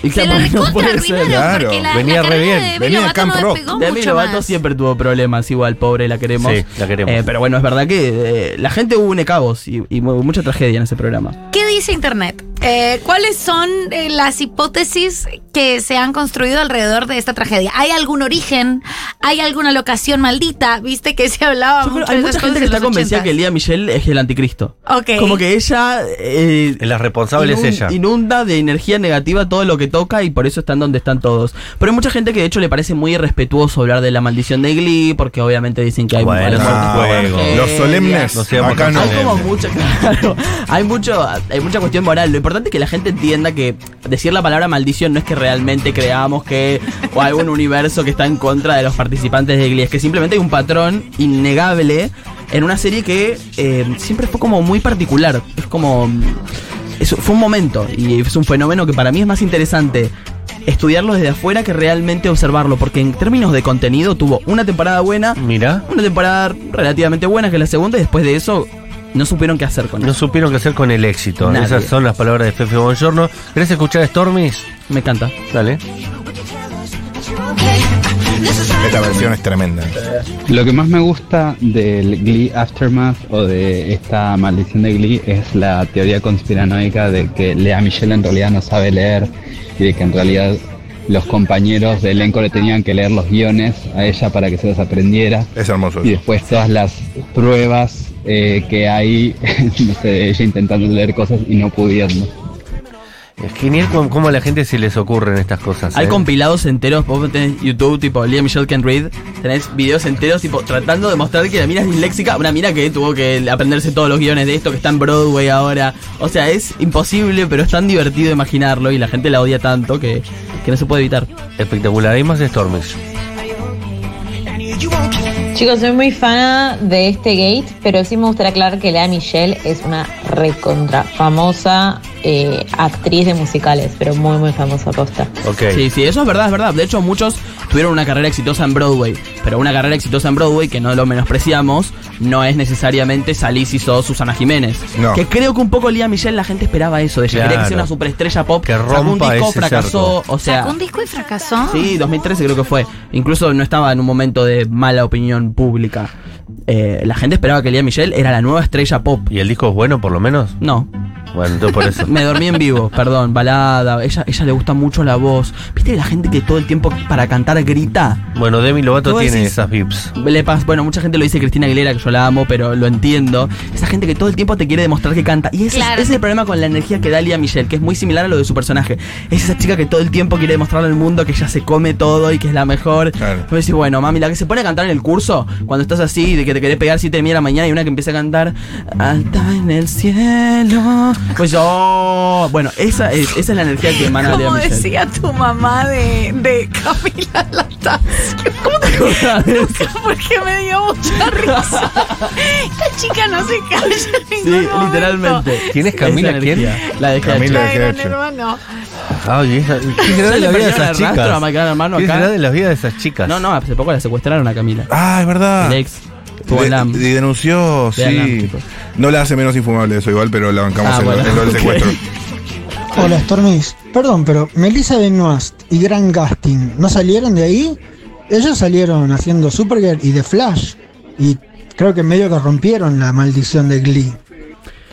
S6: Y
S1: Se
S6: claro,
S1: la
S6: no
S1: recontra
S6: puede ser.
S1: arruinaron
S7: claro.
S1: porque la,
S5: Venía
S1: la
S5: re
S1: carrera
S5: bien.
S1: de Demi
S7: Venía
S1: Lovato
S7: Camp
S1: no
S7: Rock.
S1: despegó
S6: Demi
S1: mucho
S6: Lovato
S1: más.
S6: siempre tuvo problemas, igual, pobre, la queremos.
S5: Sí, la queremos.
S6: Eh, pero bueno, es verdad que eh, la gente une cabos y, y mu- mucha tragedia en ese programa.
S1: ¿Qué dice Internet? Eh, ¿Cuáles son eh, las hipótesis que se han construido alrededor de esta tragedia? ¿Hay algún origen? ¿Hay alguna locación maldita? ¿Viste que se hablaba
S6: Yo creo-
S1: mucho
S6: hay
S1: de
S6: mucha
S1: esas
S6: gente
S1: cosas
S6: que
S1: en
S6: está
S1: los
S6: convencida
S1: 80s?
S6: que el día Michelle es el anticristo.
S1: Ok.
S6: Como que ella. eh,
S5: La responsable
S6: inun-
S5: es ella.
S6: Inunda de energía negativa todo lo que toca y por eso están donde están todos. Pero hay mucha gente que de hecho le parece muy irrespetuoso hablar de la maldición de Glee porque obviamente dicen que hay
S5: Bueno,
S6: hay
S5: no,
S6: muertes por
S5: juego.
S6: tragedias.
S7: Los solemnes.
S5: No seamos
S7: acá
S5: tan
S7: no.
S6: Hay como
S5: Obviamente.
S6: mucho, claro, hay mucho, hay mucha cuestión moral. Lo importante es que la gente entienda que decir la palabra maldición no es que realmente creamos que o hay un universo que está en contra de los participantes de Glee, es que simplemente hay un patrón innegable en una serie que eh, siempre fue como muy particular. Es como es- fue un momento y es un fenómeno que para mí es más interesante estudiarlo desde afuera que realmente observarlo, porque en términos de contenido tuvo una temporada buena,
S5: Mirá.
S6: una temporada relativamente buena que es la segunda, y después de eso no supieron qué hacer con
S5: No
S6: eso.
S5: supieron qué hacer con el éxito.
S6: Nadie.
S5: Esas son las palabras de Fefe Bongiorno. ¿Querés escuchar Stormis?
S6: Me encanta.
S5: Dale.
S7: Esta versión es tremenda.
S9: Lo que más me gusta del Glee Aftermath o de esta maldición de Glee es la teoría conspiranoica de que Lea Michelle en realidad no sabe leer y de que en realidad los compañeros de elenco le tenían que leer los guiones a ella para que se los aprendiera
S7: Es hermoso.
S9: y
S7: eso.
S9: después todas las pruebas eh, que hay no sé, ella intentando leer cosas y no pudiendo.
S5: Es genial cómo, cómo a la gente se les ocurren estas cosas.
S6: Hay
S5: ¿eh?
S6: compilados enteros, vos tenés YouTube tipo Liam Michelle Can Read, tenés videos enteros tipo tratando de mostrar que la mina es disléxica, una mina que tuvo que aprenderse todos los guiones de esto que está en Broadway ahora. O sea, es imposible, pero es tan divertido imaginarlo y la gente la odia tanto que, que no se puede evitar.
S5: Espectacular. Hay más Stormis.
S4: Chicos, soy muy fana de este gate, pero sí me gustaría aclarar que Lea Michelle es una recontra famosa eh, actriz de musicales, pero muy, muy famosa posta.
S5: Ok.
S6: Sí, sí, eso es verdad, es verdad. De hecho, muchos tuvieron una carrera exitosa en Broadway, pero una carrera exitosa en Broadway, que no lo menospreciamos, no es necesariamente salir si sos Susana Jiménez.
S7: No.
S6: Que creo que un poco Lía Michelle la gente esperaba eso de ella. Quería
S5: Claro.
S6: que sea una superestrella pop.
S5: Que
S6: sacó un
S5: rompa
S6: disco,
S5: ese
S6: fracasó, o sea...
S1: Sacó un disco y fracasó.
S6: Sí, 2013 creo que fue. Incluso no estaba en un momento de mala opinión pública. Eh, la gente esperaba que Lía Michelle era la nueva estrella pop.
S5: ¿Y el disco es bueno, por lo menos?
S6: No,
S5: Bueno, entonces por eso.
S6: me dormí en vivo, perdón, balada. Ella, ella le gusta mucho la voz. ¿Viste la gente que todo el tiempo para cantar grita?
S5: Bueno, Demi Lovato
S6: ¿Tú
S5: tiene
S6: decís?
S5: esas VIPs.
S6: Le pas- bueno, mucha gente lo dice Cristina Aguilera, que yo la amo, pero lo entiendo. Esa gente que todo el tiempo te quiere demostrar que canta. Y ese, es-
S1: Claro.
S6: ese es el problema con la energía que da Lía Michelle, que es muy similar a lo de su personaje. Es esa chica que todo el tiempo quiere demostrarle al mundo que ella se come todo y que es la mejor.
S7: Claro.
S6: Vos decís, bueno, mami, la que se pone a cantar en el curso, cuando estás así, de que te querés pegar si te mira la mañana y una que empieza a cantar alta en el cielo. Pues yo. bueno, esa es, esa es la energía que emana Lea
S1: Como
S6: Michelle.
S1: decía tu mamá de, de Camila Latasio. ¿Cómo te Porque me dio mucha risa. Esta chica no se calla en
S6: Sí,
S1: ningún momento.
S6: literalmente.
S5: ¿Quién es
S6: Esa
S5: Camila?
S6: energía,
S5: ¿Quién?
S6: La de
S7: Camila.
S6: Camila.
S1: Ay, gran
S7: 18.
S1: hermano.
S5: Ay, Ah, esa, ¿Qué será de
S6: le
S5: la vida de
S6: perdieron el
S5: esas
S6: rastro a
S5: chicas?
S6: My Gran Hermano
S5: ¿Qué
S6: acá?
S5: será de la vida de esas chicas?
S6: No, no, hace poco la secuestraron a Camila.
S7: Ah, es verdad.
S6: El ex. Tuvo
S7: De-
S6: LAM.
S7: Y denunció,
S6: Vean Lam,
S7: sí.
S6: chicos.
S7: No la hace menos infumable eso igual, pero la bancamos
S6: Ah,
S7: en, lo-
S6: bueno,
S7: en lo del
S6: ok.
S7: secuestro.
S10: Hola Stormis, perdón, pero Melissa Benoist y Gran Gasting, ¿no salieron de ahí? Ellos salieron haciendo Supergirl y The Flash, y creo que medio que rompieron la maldición de Glee.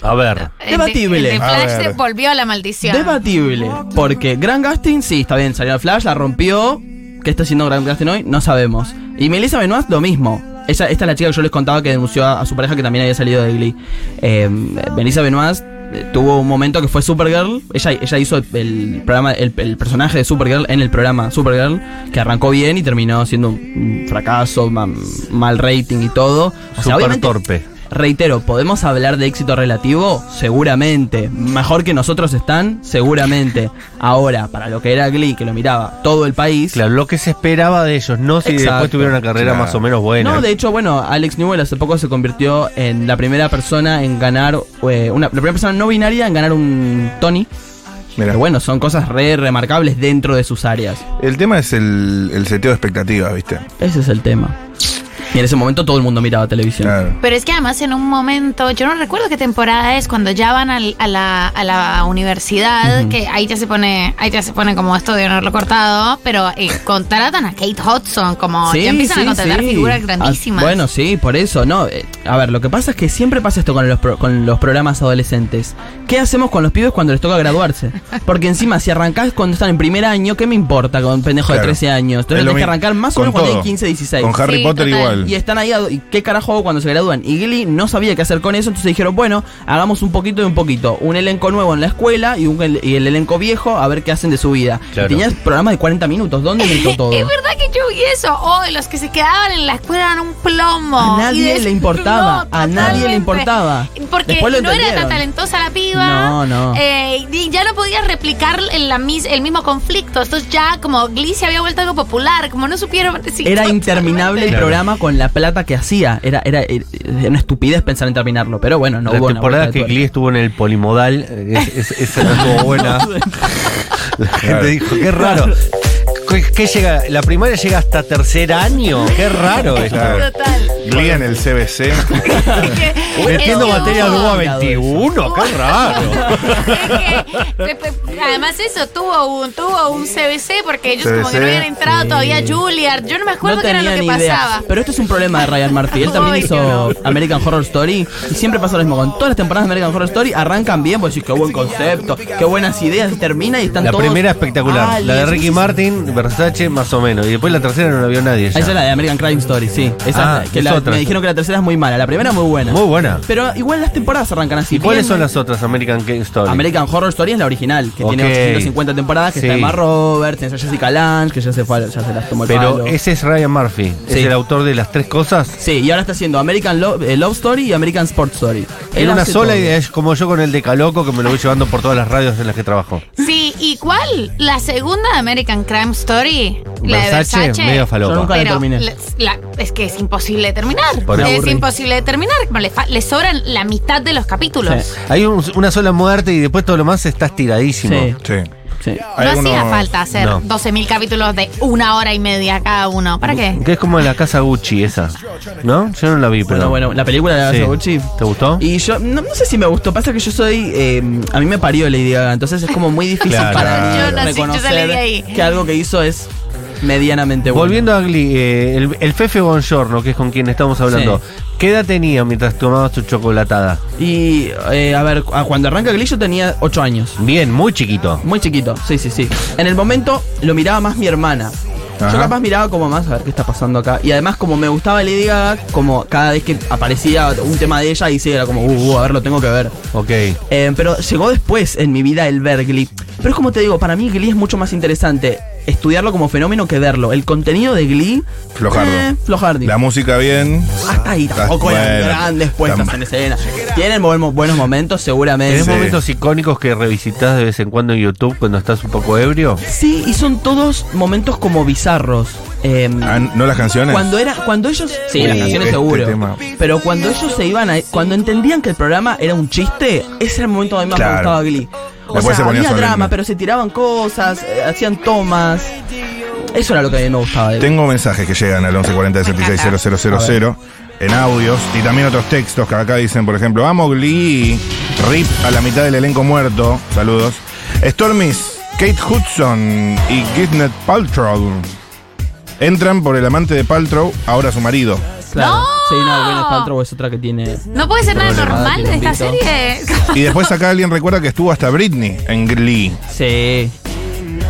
S5: A ver.
S1: El de-
S6: Debatible.
S1: el de
S6: A
S1: Flash
S7: ver.
S1: se volvió a la maldición.
S6: Debatible. Porque Grand Gasting, sí, está bien, salió a Flash, la rompió. ¿Qué está haciendo Grand Gasting hoy? No sabemos. Y Melissa Benoist, lo mismo. Ella, esta es la chica que yo les contaba que denunció a, a su pareja que también había salido de Glee. Eh, Melissa Benoist eh, tuvo un momento que fue Supergirl. Ella, ella hizo el programa, el, el personaje de Supergirl en el programa Supergirl, que arrancó bien y terminó siendo un un fracaso, ma- mal rating y todo. O sea,
S5: Súper
S6: obviamente-
S5: torpe.
S6: Reitero, ¿podemos hablar de éxito relativo? Seguramente. Mejor que nosotros están, seguramente. Ahora, para lo que era Glee, que lo miraba todo el país.
S5: Claro, lo que se esperaba de ellos, no si
S6: Exacto.
S5: después tuvieron una carrera
S7: Claro.
S5: más o menos buena.
S6: No, de hecho, bueno, Alex Newell hace poco se convirtió en la primera persona en ganar, eh, una, la primera persona no binaria en ganar un Tony.
S7: Mira,
S6: Pero bueno, son cosas re remarcables dentro de sus áreas.
S7: el tema es el, el seteo de expectativas, ¿viste?
S6: Ese es el tema. Y en ese momento todo el mundo miraba televisión.
S7: Claro.
S1: Pero es que además en un momento, yo no recuerdo qué temporada es, cuando ya van al- a, la, a la universidad, que ahí ya se pone, ahí ya se pone como esto de honor lo cortado, pero eh, contratan a Kate Hudson, como
S6: Sí,
S1: ya Oh, empiezan
S6: sí,
S1: a contratar
S6: sí.
S1: figuras
S6: Ah,
S1: grandísimas.
S6: bueno, sí, por eso, no. eh, a ver, lo que pasa es que siempre pasa esto con los, pro- con los programas adolescentes. ¿Qué hacemos con los pibes cuando les toca graduarse? Porque encima, si arrancás cuando están en primer año, ¿qué me importa con un pendejo
S7: Claro.
S6: de 13 años?
S7: Es
S6: Entonces tenés
S7: lo
S6: que
S7: mismo.
S6: arrancar más o
S7: Con
S6: menos cuando
S7: todo.
S6: hay 15, 16.
S7: Con Harry
S1: Sí,
S7: Potter
S1: total.
S7: igual.
S6: Y están ahí, a- y ¿qué carajo hago cuando se gradúan? Y Gilly no sabía qué hacer con eso, entonces dijeron, bueno, hagamos un poquito y un poquito. Un elenco nuevo en la escuela y, un, el- y el elenco viejo a ver qué hacen de su vida.
S5: Claro.
S6: Y tenías programas de 40 minutos, ¿dónde meto todo?
S1: Es verdad que yo vi eso. Oh, y los que se quedaban en la escuela eran un plomo. Y
S6: A nadie
S1: des-
S6: le importaba,
S1: No,
S6: a nadie
S1: totalmente.
S6: le importaba.
S1: Porque
S6: Después lo
S1: no era tan
S6: entendieron.
S1: talentosa la piba.
S6: No, no.
S1: Eh, y ya no podía replicar el, la mis- el mismo conflicto. Entonces ya como Glee se había vuelto algo popular. Como no supieron. sí,
S6: Era
S1: totalmente.
S6: interminable el
S5: Claro.
S6: programa con la plata que hacía. Era, era, era una estupidez pensar en terminarlo, pero bueno, no
S5: la
S6: hubo una
S5: temporada
S6: vuelta de
S5: que
S6: tuerca.
S5: Glee estuvo en el polimodal, eh, es- es- esa no estuvo buena. La gente dijo, qué raro. ¿Qué, qué llega? ¿La primaria llega hasta tercer año? Qué raro esto.
S7: Claro.
S1: Total.
S7: Glee en el CBC.
S5: Metiendo
S1: Es que
S5: materia de
S1: hubo-
S5: UBA 21, qué raro.
S1: Es que, pues, además eso, tuvo un, tuvo un CBC porque ellos como que
S7: CBC,
S1: no habían entrado todavía Juilliard. Yo no me acuerdo
S6: No
S1: qué era lo
S6: tenía
S1: que
S6: ni idea.
S1: pasaba.
S6: Pero esto es un problema de Ryan Murphy. Él también
S1: Ay,
S6: hizo American Horror Story y siempre pasa lo mismo. Con todas las temporadas de American Horror Story arrancan bien, pues decís, qué buen concepto, qué buenas ideas, y termina y están
S5: La
S6: todos
S5: primera espectacular. la de
S6: aliens.
S5: Ricky Martin, Versace, más o menos. Y después la tercera no la vio nadie. ya.
S6: Esa es la de American Crime Story, sí. Esa
S5: Ah,
S6: es la- que
S5: es
S6: la-
S5: otra.
S6: me dijeron que la tercera es muy mala, la primera muy buena.
S5: Muy buena.
S6: Pero igual las temporadas arrancan así.
S5: ¿Y cuáles
S6: bien.
S5: son las otras American Game Story?
S6: American Horror Story es la original, que
S5: Ok.
S6: tiene 850 temporadas, que
S5: Sí.
S6: está Emma Roberts, está Jessica Lange, que ya se, fue, ya se las tomó el
S5: Pero
S6: palo.
S5: ese es Ryan Murphy. Es
S6: Sí.
S5: el autor de las tres cosas.
S6: Sí, y ahora está haciendo American Lo- eh, Love Story y American Sports Story. Él
S5: Era una
S6: hace
S5: sola
S6: todo.
S5: idea, es como yo con el de Caloco que me lo voy llevando por todas las radios en las que trabajo.
S1: Sí, ¿y cuál? La segunda de American Crime Story. La de
S5: Versace,
S1: Versace.
S5: medio falopa.
S6: Yo nunca la terminé.
S1: la- la- es que es imposible de terminar.
S5: Por
S1: es
S6: aburrí.
S1: imposible de terminar. como Le, fa- le sobran la mitad de los capítulos.
S6: Sí.
S5: Hay un- una sola muerte y después todo lo más está estiradísimo.
S6: Sí.
S7: Sí.
S6: Sí.
S7: Hay
S1: No
S7: algunos-
S1: hacía falta hacer
S5: No.
S1: 12.000 capítulos de una hora y media cada uno. ¿Para qué?
S5: Que es como la casa Gucci esa. ¿No? Yo no la vi, pero.
S6: Bueno, bueno, la película de
S5: Sí.
S6: Gaza Gucci.
S5: ¿Te gustó?
S6: Y yo, no, no sé si me gustó, pasa que yo soy, eh, a mí me parió Lady Gaga, entonces es como muy difícil
S5: Claro.
S6: para
S1: Yo
S6: mí
S1: nací, yo salí de ahí.
S6: reconocer que algo que hizo es medianamente bueno.
S5: Volviendo a Glee, eh, el, el Fefe Bongiorno, que es con quien estamos hablando,
S6: Sí.
S5: ¿qué edad tenía mientras tomaba su chocolatada?
S6: Y, eh, a ver, cu- ah, cuando arranca Glee yo tenía 8 años.
S5: Bien, muy chiquito.
S6: Muy chiquito, sí, sí, sí. En el momento lo miraba más mi hermana.
S7: Ajá.
S6: Yo capaz miraba como más a ver qué está pasando acá. Y además, como me gustaba Lady Gaga, como cada vez que aparecía un tema de ella, y sí, era como, uh, uh, a ver, lo tengo que ver.
S5: Ok.
S6: Eh, pero llegó después en mi vida el ver Glee. Pero es como te digo, para mí Glee es mucho más interesante estudiarlo como fenómeno que verlo. El contenido de Glee.
S7: Flojardo.
S6: eh, flojardi. Ah.
S7: La música bien.
S6: Hasta ahí tampoco
S7: Bueno,
S6: eran grandes puestas
S7: tam-
S6: en escena. Tienen buen- buenos momentos, seguramente.
S5: ¿Tenés
S7: Sí.
S5: momentos icónicos que revisitas de vez en cuando en YouTube cuando estás un poco ebrio?
S6: Sí, y son todos momentos como bizarros. Eh,
S7: Ah, ¿No las canciones?
S6: Cuando era, cuando ellos, sí, las
S7: Uh,
S6: canciones
S7: este
S6: seguro.
S7: tema.
S6: Pero cuando ellos se iban, a, cuando entendían que el programa era un chiste, ese era el momento donde más
S7: Claro.
S6: me gustaba Glee. O
S7: Después se
S6: sea,
S7: ponía
S6: había
S7: solemne.
S6: drama, pero se tiraban cosas, eh, hacían tomas. Eso era lo que a mí me gustaba. de Glee.
S7: Tengo mensajes que llegan al 1140-660000 en audios y también otros textos que acá dicen, por ejemplo, amo Glee, Rip a la mitad del elenco muerto, saludos. Stormis, Kate Hudson y Gwyneth Paltrow entran por el amante de Paltrow, ahora su marido.
S6: Claro.
S1: ¡No!
S6: Sí, no, Gwyneth Paltrow es otra que tiene.
S1: No puede ser nada
S6: Problema,
S1: normal de esta
S6: quilombito.
S1: serie.
S7: Y después acá alguien recuerda que estuvo hasta Britney en Glee.
S6: Sí.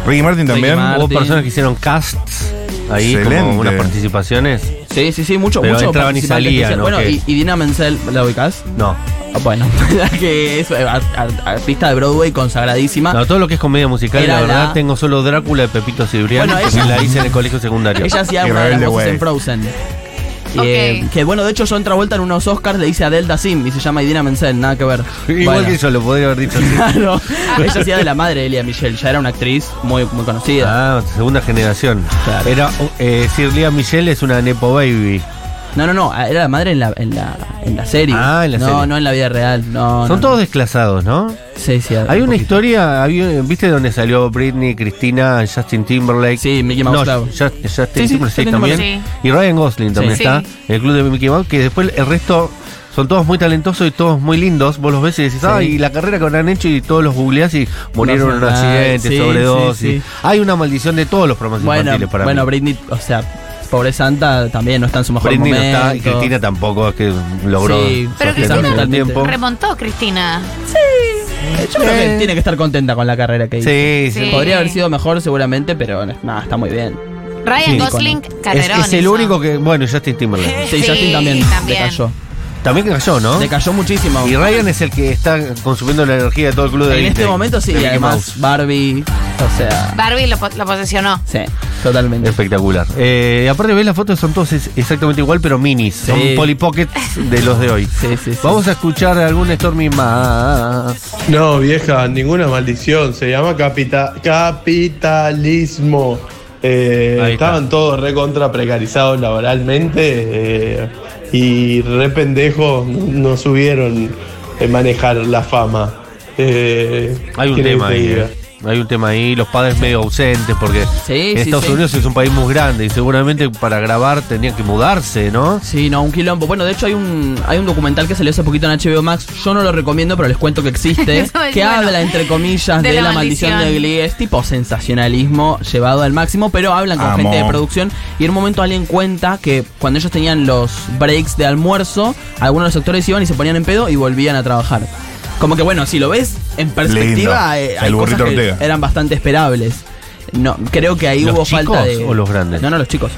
S7: Ricky Martin también.
S6: Ricky Martin.
S5: Hubo personas que hicieron casts ahí,
S7: Excelente.
S5: como unas participaciones.
S6: Sí, sí, sí, mucho,
S5: Pero
S6: mucho
S5: entraban y
S6: participante
S5: salían,
S6: especial.
S5: ¿o
S6: Bueno,
S5: qué?
S6: y, y Dina Menzel, ¿la ubicás?
S5: No.
S6: Ah, Bueno, que es eh, ar- ar- artista de Broadway consagradísima.
S5: No, todo lo que es comedia musical,
S6: Ah. Era
S5: la verdad,
S6: la-
S5: tengo solo Drácula de Pepito Cibrián,
S6: Bueno,
S5: porque
S6: ella-
S5: la hice en el colegio secundario.
S6: Ella hacía
S7: Y
S6: una de las
S7: Rebelde
S6: voces
S7: Way.
S6: en Frozen. Y, eh,
S1: Ok.
S6: que bueno, de hecho John Travolta en unos Oscars le dice a Delta Sim y se llama Idina Menzel, nada que ver.
S5: Igual
S6: Bueno.
S5: que yo, lo podría haber dicho así.
S6: Claro. Ella hacía de la madre de Elia Michelle, ya era una actriz muy, muy conocida.
S5: Ah, segunda generación.
S6: Claro.
S5: Era eh, Sir Lea Michelle es una Nepo Baby.
S6: No, no, no, era la madre en la, en la, en la serie.
S5: Ah, en la
S6: no,
S5: serie.
S6: no en la vida real. No,
S5: Son
S6: no,
S5: todos desclasados, ¿no?
S6: no. Sí, sí,
S5: Hay una
S6: Eh, poquito.
S5: historia, había- ¿viste dónde salió Britney, Cristina, Justin Timberlake?
S6: Sí, Mickey Mouse,
S5: No,
S6: claro.
S5: Just- Justin
S6: sí,
S5: Timberlake
S6: Justin
S5: también.
S1: Timberlake.
S5: Y Ryan Gosling también
S6: Sí.
S5: está.
S1: Sí.
S5: El club de Mickey Mouse, que después el resto son todos muy talentosos y todos muy lindos. Vos los ves y decís, ah, y la carrera que han hecho y todos los googleás y murieron en un
S6: Ay,
S5: accidente,
S6: sí,
S5: sobredosis.
S6: sí, sí.
S5: Hay una maldición de todos los programas
S6: Bueno,
S5: infantiles para
S6: bueno
S5: mí.
S6: Britney, o sea, pobre santa también no está en su mejor
S5: Britney no
S6: momento.
S5: está y Cristina tampoco, es que logró.
S6: Sí,
S1: pero
S5: sostener
S1: Cristina
S5: tanto tiempo.
S1: Remontó Cristina.
S6: Eh, Yo creo que tiene que estar contenta con la carrera que hizo.
S5: Sí, sí.
S1: Sí.
S6: Podría haber sido mejor seguramente, pero nada, está muy bien.
S1: Ryan
S5: Sí.
S1: Gosling,
S5: Es,
S1: carrerón.
S5: es el
S1: hizo.
S5: único que. Bueno, Justin Timberlake.
S6: Sí,
S1: Sí,
S6: Justin también,
S1: también.
S6: decayó.
S5: También que cayó, ¿no?
S6: Decayó muchísimo.
S5: ¿Ah? Y Ryan es el que está consumiendo la energía de todo el club de
S6: en
S5: Disney,
S6: este momento sí,
S5: de
S6: y
S5: Mickey
S6: además
S5: Mouse.
S6: Barbie, o sea,
S1: Barbie lo, po- lo posesionó.
S6: sí, totalmente.
S5: Espectacular. Eh, aparte, ves las fotos, son todos es- exactamente igual, pero minis. Son
S6: Sí.
S5: Polly Pockets de los de hoy.
S6: Sí, sí, sí.
S5: Vamos a escuchar algún Stormy más.
S11: No, vieja, ninguna maldición. Se llama capita- capitalismo. Eh,
S5: Ahí está.
S11: estaban todos recontra precarizados laboralmente eh, y re pendejos no subieron eh, manejar la fama. Eh,
S5: Hay un
S11: ¿qué querés
S5: tema
S11: que te
S5: ahí,
S11: diga?
S5: eh. Hay un tema ahí, los padres medio ausentes, porque
S6: Sí, sí,
S5: Estados
S6: sí.
S5: Unidos es un país muy grande y seguramente para grabar tenían que mudarse, ¿no?
S6: Sí, no, un quilombo. Bueno, de hecho hay un hay un documental que salió hace poquito en HBO Max. Yo no lo recomiendo, pero les cuento que existe.
S12: Eso es
S6: que
S12: bueno.
S6: habla, entre comillas, de, la, maldición. de Glee. Es tipo sensacionalismo llevado al máximo, pero hablan con
S7: Amo.
S6: gente de producción. Y en un momento alguien cuenta que cuando ellos tenían los breaks de almuerzo, algunos de los actores iban y se ponían en pedo y volvían a trabajar. Como que bueno, si lo ves en perspectiva,
S7: Lindo.
S6: eh, hay
S7: El
S6: cosas
S7: burrito
S6: que
S7: Ortega.
S6: eran bastante esperables. No, creo que ahí
S5: ¿Los
S6: hubo
S5: chicos
S6: falta de.
S5: o los grandes?
S6: No, no, los chicos.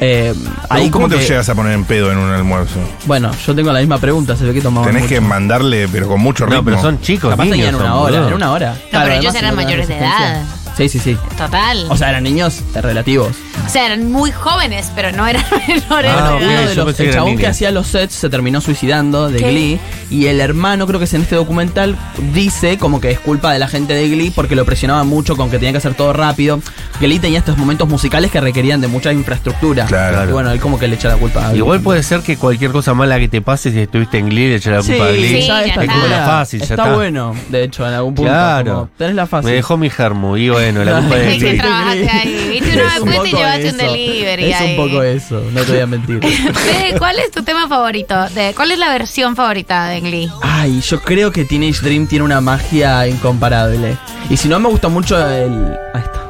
S6: Eh, ahí
S7: ¿Cómo
S6: como
S7: te
S6: que-
S7: llegas a poner en pedo en un almuerzo?
S6: bueno, yo tengo la misma pregunta, se ve que tomamos.
S7: Tenés
S6: mucho.
S7: que mandarle, pero con mucho ritmo.
S5: No, pero son chicos,
S6: Capaz
S5: niños.
S6: tenían una
S5: son,
S6: hora,
S5: boludo.
S6: era una hora. No,
S1: pero ellos eran mayores de edad.
S6: Sí, sí, sí.
S1: Total.
S6: O sea, eran niños relativos.
S1: O sea, eran muy jóvenes, pero no eran menores.
S5: Ah,
S6: Bueno,
S5: ok,
S6: uno
S5: yo
S6: de los-
S5: pensé que
S6: el
S5: eran
S6: chabón que
S5: niños.
S6: hacía los sets se terminó suicidando de
S1: ¿Qué?
S6: Glee. Y el hermano, creo que es en este documental, dice como que es culpa de la gente de Glee porque lo presionaba mucho con que tenía que hacer todo rápido. Glee tenía estos momentos musicales que requerían de mucha infraestructura.
S7: Claro.
S6: Y bueno, él como que le echa la culpa a
S5: Igual puede ser que cualquier cosa mala que te pase, si estuviste en Glee, le eché la
S6: Sí,
S5: culpa a Glee.
S1: Sí,
S6: ya
S1: ya
S6: esta
S1: está.
S5: Es como la
S6: altura
S5: fácil, ya
S6: está,
S5: está.
S6: bueno, de hecho, en algún punto.
S5: Claro.
S6: como, tenés la fácil.
S5: Me dejó mi germu, y bueno, la culpa de
S1: Sí, que
S5: Glee.
S1: trabajaste ahí. Viste, una vez
S6: Es un
S1: fuiste y
S6: poco
S1: llevaste un
S6: eso.
S1: delivery.
S6: Es
S1: ahí.
S6: un poco eso, no te voy a mentir.
S1: Fede, ¿cuál es tu tema favorito? De- ¿Cuál es la versión favorita de Glee?
S6: Ay, yo creo que Teenage Dream tiene una magia incomparable. Y si no, me gusta mucho el. Ahí está.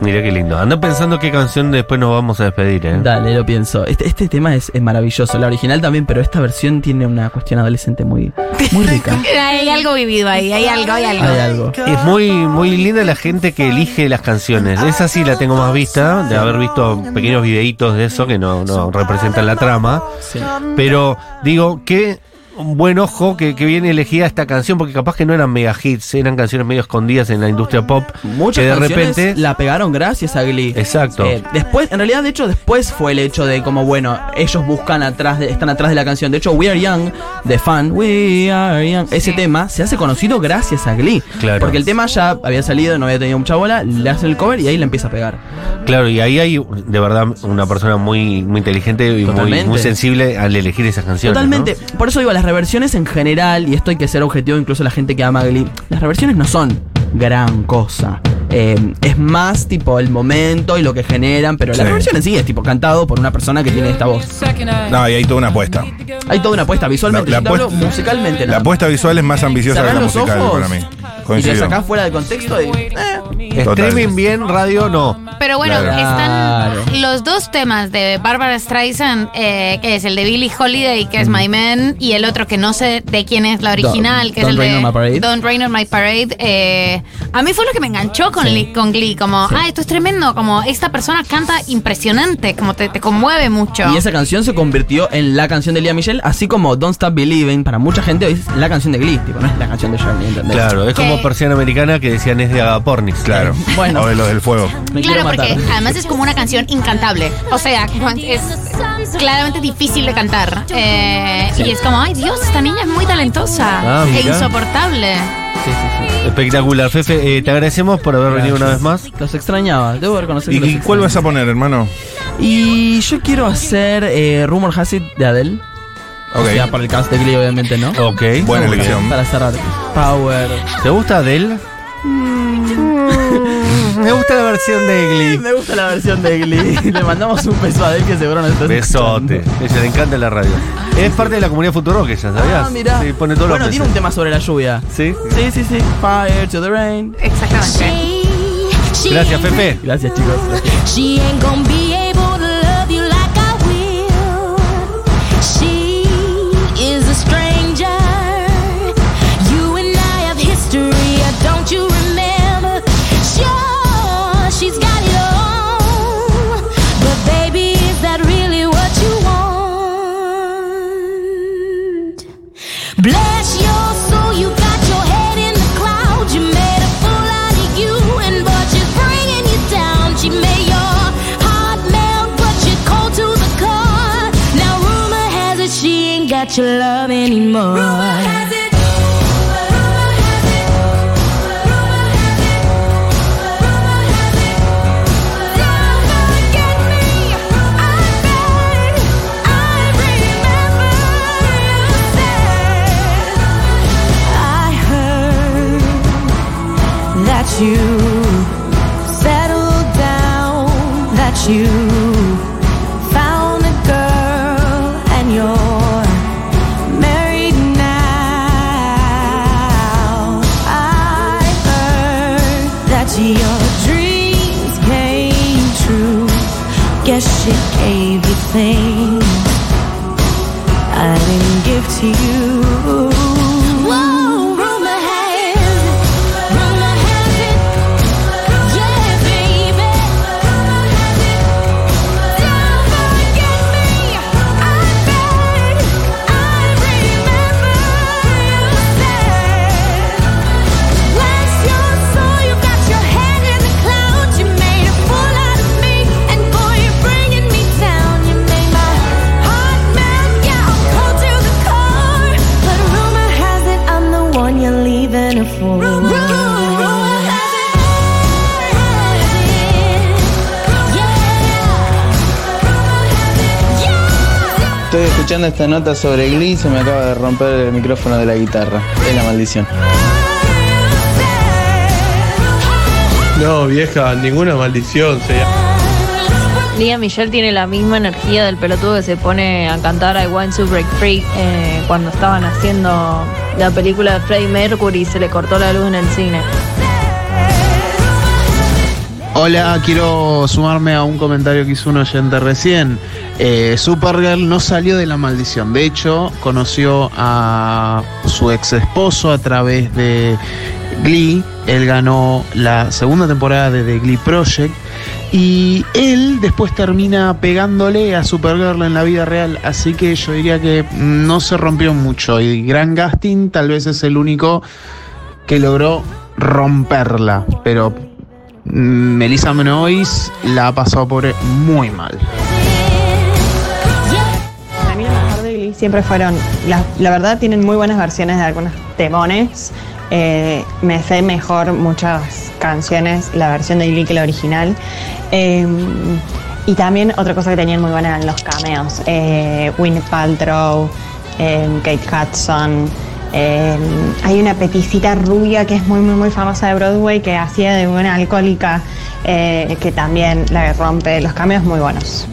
S5: Mirá qué lindo. Anda pensando qué canción después nos vamos a despedir, ¿eh?
S6: Dale, lo pienso. Este, este tema es, es maravilloso. La original también, pero esta versión tiene una cuestión adolescente muy, muy rica.
S1: Hay algo vivido ahí, hay algo, hay algo.
S6: Hay algo.
S5: Es muy, muy linda la gente que elige las canciones. Esa sí la tengo más vista, de haber visto pequeños videitos de eso que no, no representan la trama.
S6: Sí.
S5: Pero digo, qué buen ojo que, que bien elegida esta canción, porque capaz que no eran mega hits, eran canciones medio escondidas en la industria pop.
S6: Muchas
S5: que de
S6: canciones
S5: repente.
S6: la pegaron gracias a Glee.
S5: Exacto.
S6: Eh, después, en realidad, de hecho, después fue el hecho de como, bueno, ellos buscan atrás, de- están atrás de la canción. De hecho, We Are Young, de fan, We Are Young, ese tema se hace conocido gracias a Glee.
S5: Claro.
S6: Porque el tema ya había salido, no había tenido mucha bola, le hacen el cover y ahí le empieza a pegar.
S5: Claro, y ahí hay de verdad una persona muy, muy inteligente y muy,
S6: Totalmente.
S5: muy sensible al elegir esas canciones. ¿no?
S6: Totalmente. Por eso digo, las reversiones en general, y esto hay que ser objetivo, incluso la gente que ama Glee, las reversiones no son gran cosa. Eh, es más tipo el momento y lo que generan, pero
S7: Sí.
S6: la reversión en sí es tipo cantado por una persona que tiene esta voz.
S7: No, y hay toda una apuesta.
S6: Hay toda una apuesta visualmente,
S7: La- la
S6: yo te hablo
S7: apuesta-
S6: musicalmente.
S7: La
S6: nada
S7: apuesta visual es más ambiciosa que
S6: Cerrás
S7: la
S6: los
S7: musical
S6: ojos
S7: para mí.
S6: más. Y te
S7: Coincido.
S6: sacás fuera del contexto y. eh,
S7: Total.
S5: Streaming bien, radio no.
S1: Pero bueno,
S7: Claro.
S6: Claro.
S1: están los dos temas de Barbara Streisand, eh, que es el de Billie Holiday, que es My Man, y el otro que no sé de quién es la original, que es
S6: Don't
S1: el
S6: Rain
S1: de
S6: on My Parade.
S1: Don't Rain on My Parade. eh, a mí fue lo que me enganchó con,
S6: Sí.
S1: Li- con Glee, como, ah, esto es tremendo, como esta persona canta impresionante, como te, te conmueve mucho.
S6: Y esa canción se convirtió en la canción de Lía Michelle, así como Don't Stop Believing, para mucha gente hoy es la canción de Glee, tipo, no es la canción de Johnny, ¿entendés?
S5: Claro, es como
S1: Que-
S5: persiana americana que decían es de Agapornis.
S7: Claro.
S6: Bueno.
S7: O de los del fuego.
S6: Me
S1: Claro,
S6: quiero
S1: porque
S6: matar.
S1: además es como una canción incantable. O sea, como es claramente difícil de cantar. Eh, Y es como, ay Dios, esta niña es muy talentosa
S5: Ah,
S1: e
S5: mira.
S1: insoportable.
S6: Sí, sí,
S5: Espectacular, Fefe. eh, te agradecemos por haber venido una vez más.
S6: sí. Los extrañaba, debo reconocer que
S7: ¿Y,
S6: los
S7: y cuál vas a poner, hermano?
S6: extrañaba. Y yo quiero hacer eh, Rumor Has It de Adele. O
S7: Ok.
S6: sea, para el cast de Glee, obviamente, ¿no?
S5: Ok.
S7: Buena
S6: Bueno,
S7: elección.
S6: Para cerrar. Power.
S5: ¿Te gusta Adele?
S6: Mm.
S5: Me gusta la versión de Glee.
S6: Me gusta la versión de Glee. Le mandamos un beso a Adele que seguro nos está
S5: Besote.
S6: escuchando.
S5: Ella le encanta la radio. Es parte de la comunidad Futuro que ya sabías.
S6: Ah, mirá.
S5: Sí, pone todos
S6: bueno,
S5: los
S6: tiene un
S5: meses.
S6: tema sobre la lluvia.
S5: Sí.
S6: Sí, sí, sí. Fire to the rain.
S1: Exactamente.
S5: Gracias, Fefe.
S6: Gracias, chicos. Gracias.
S3: She ain't gonna be able to love you like I will. She is a stranger. You and I have history, uh, don't you remember? Sure, she's got it all. But baby, is that really what you want? Bless your soul, you got your head in the clouds. You made a fool out of you, and but she's bringing you down. She made your heart melt, but you're cold to the core. Now rumor has it she ain't got your love anymore. Rumor has it. rumor has it, rumor has it, rumor has it. You're gonna get me, I bet. I remember you said I heard that that you settled down, that you found a girl and you're married now. I heard that your dreams came true. Guess she gave you things I didn't give to you. Whoa, rumor has it. Rumor has it. Yeah, baby. Rumor has it. Don't forget me. I bet I remember you said. Bless your soul, you got your head in the clouds. You made a fool out of me, and boy, you're bringing me down. You made my heart melt, yeah, I'm cold to the core. But rumor has it I'm the one you're leaving her for. Rumor has it.
S6: Estoy escuchando esta nota sobre Glee y se me acaba de romper el micrófono de la guitarra. Es la maldición. No, vieja, ninguna maldición. Se...
S1: Lía Michelle tiene la misma energía del pelotudo que se pone a cantar I Want to Break Free eh, cuando estaban haciendo la película de Freddie Mercury y se le cortó la luz en el cine.
S9: Hola, quiero sumarme a un comentario que hizo un oyente recién. Eh, Supergirl no salió de la maldición. De hecho, conoció a su ex esposo a través de Glee. Él ganó la segunda temporada de The Glee Project. Y él después termina pegándole a Supergirl en la vida real. Así que yo diría que no se rompió mucho. Y Gran Gastin tal vez es el único que logró romperla. Pero mm, Melissa Menois la ha pasado pobre muy mal.
S1: Para mí lo mejor de Glee siempre fueron, la, la verdad tienen muy buenas versiones de algunos temones. Eh, me sé mejor muchas canciones, la versión de Glee que la original. Eh, y también otra cosa que tenían muy buena eran los cameos. Eh, Winnie Paltrow, eh, Kate Hudson. eh, hay una peticita rubia que es muy, muy, muy famosa de Broadway que hacía de una alcohólica eh, que también la rompe los cameos muy buenos.